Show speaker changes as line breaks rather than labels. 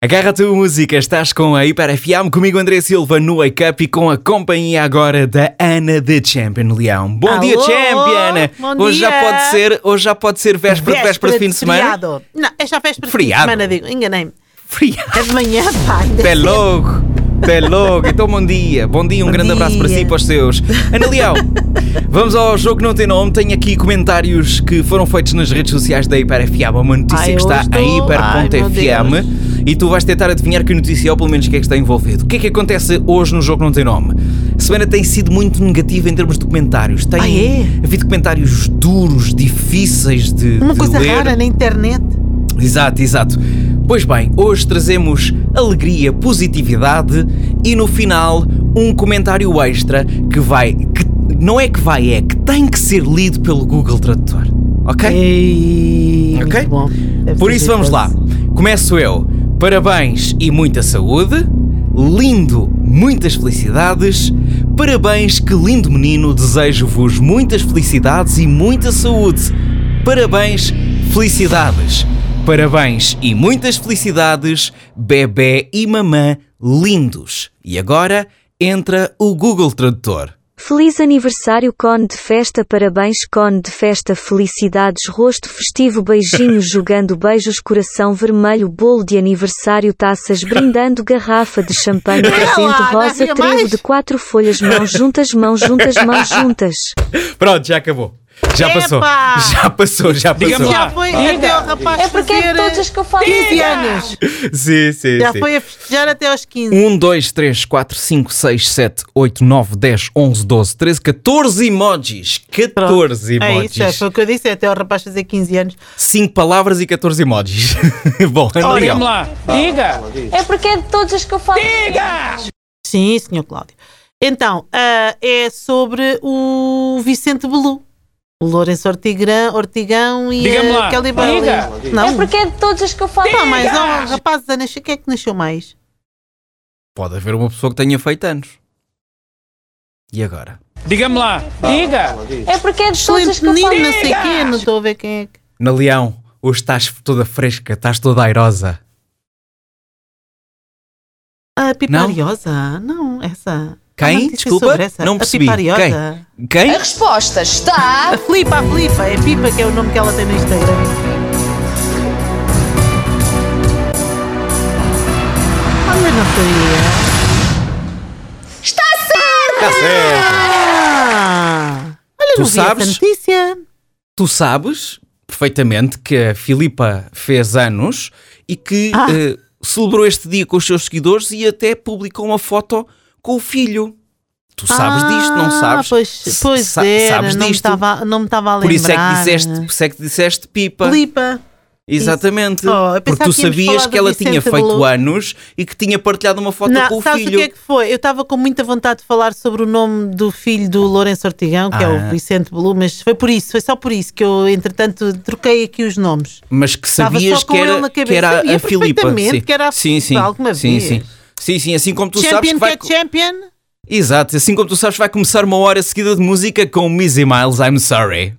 Agarra a tua música, estás com a Hiper FM, comigo André Silva no Wake Up e com a companhia agora da Ana de Champion Leão. Bom
Alô,
dia, Champion!
bom
hoje já
dia.
pode ser, hoje já pode ser véspera, de véspera de fim de semana.
feriado. Não, é já véspera
Feriado.
de fim de semana, digo. Enganei-me.
Feriado.
É de manhã, pá. ainda
Até
é cedo.
logo! Até logo! Então bom dia, bom dia, um
Bom
grande abraço para si e
dia.
para os seus. Ana Leão, vamos ao jogo que não tem nome. Tenho aqui comentários que foram feitos nas redes sociais da Hiper FM, uma notícia
Ai,
que está
eu estou- Ai, meu
em hiper.fm.
Deus.
e tu vais tentar adivinhar que notícia é ou pelo menos o que é que está envolvido. O que é que acontece hoje no jogo Não Tem Nome? A semana tem sido muito negativa em termos de comentários. Tem
Ah, é?
havido comentários duros, difíceis de,
Uma
de
coisa
ler.
rara na internet.
Exato, exato. Pois bem, hoje trazemos alegria, positividade e no final um comentário extra que vai. que não é que vai, é que tem que ser lido pelo Google Tradutor. Ok?
Ei, muito
Ok.
bom. Deve
Por
ser é
isso vamos lá.
gostoso.
Começo eu. Parabéns e muita saúde. Lindo, muitas felicidades. Parabéns, que lindo menino. Desejo-vos muitas felicidades e muita saúde. Parabéns, felicidades. Parabéns e muitas felicidades, bebê e mamã lindos. E agora entra o Google Tradutor.
Feliz aniversário, cone de festa, parabéns, cone de festa, felicidades, rosto festivo, beijinhos, jogando beijos, coração vermelho, bolo de aniversário, taças, brindando, garrafa de champanhe, presente,
lá,
rosa,
não havia
trevo
mais?
de quatro folhas, mãos juntas, mãos juntas, mãos juntas.
Pronto, já acabou. Já passou.
Epa!
Já passou, já passou.
Diga-me
Já foi até ao rapaz
É porque é
fazer
de todos os que eu falo.
15 anos.
Sim, sim,
Já
sim.
foi a festejar até aos 15.
1, 2, 3, 4, 5, 6, 7, 8, 9, 10, 11, 12, 13, 14 emojis. 14
É isso, é,
emojis.
foi o que eu disse, é até ao rapaz fazer 15 anos.
5 palavras e 14 emojis. Bom, é Ana
Olha,
Leão.
vamos lá. Diga.
É porque é de todos os que eu falo.
Sim, senhor Cláudio. Então, ah, é sobre o Vicente Belu. O Lourenço Ortigran, Ortigão e
Diga-me
a
lá.
Kelly Bailey.
Diga.
Não,
É porque é de todos os que eu falo.
Pá, mas há um rapaz a nascer. Quem é que nasceu mais?
Pode haver uma pessoa que tenha feito anos. E agora?
Diga-me lá. Diga.
É porque é de todos os
Excelente
que eu falo.
menino, não sei quê, não estou a ver quem é que.
Ana Leão, hoje estás toda fresca, estás toda airosa.
A Pipariosa? Não, essa.
Quem?
Há uma notícia
Desculpa,
sobre essa.
não percebi.
A Pipariosa. Ah!
Quem?
A resposta está.
A Flipa, a Flipa. É Pipa que é o nome que ela tem no Instagram. Ah, eu não sabia.
Está Tá certo.
Ah, olha,
Tu
não vi
sabes?
essa notícia.
Tu sabes perfeitamente que a Filipa fez anos e que
Ah.
eh, celebrou este dia com os seus seguidores e até publicou uma foto com o filho. Tu sabes
Ah,
disto, não sabes?
Pois, pois
Sa-
era,
sabes
não me
disto.
tava- não me estava a lembrar.
Por isso é que disseste, por isso é que disseste pipa.
Flipa.
Exatamente.
isso. Oh, eu pensava
Porque tu
que tínhamos
sabias
falado
que ela
do
tinha
Vicente
feito
Belo.
anos e que tinha partilhado uma foto com
Não,
o
sabes
filho.
o que é que foi? Eu estava com muita vontade de falar sobre o nome do filho do Lourenço Ortigão, que é
Ah.
o Vicente Belu, mas foi por isso, foi só por isso que eu, entretanto, troquei aqui os nomes.
Mas que
Estava
sabias
só com
que
ele
era,
na
que
cabeça.
era a
Sabia
Filipa.
perfeitamente que era a
sim, sim,
Filipa alguma
sim,
vez.
Sim, sim, sim, assim como tu sabes
champion
que
que,
vai...
é champion?
Exato, assim como tu sabes, vai começar uma hora seguida de música com Missy Miles, I'm Sorry.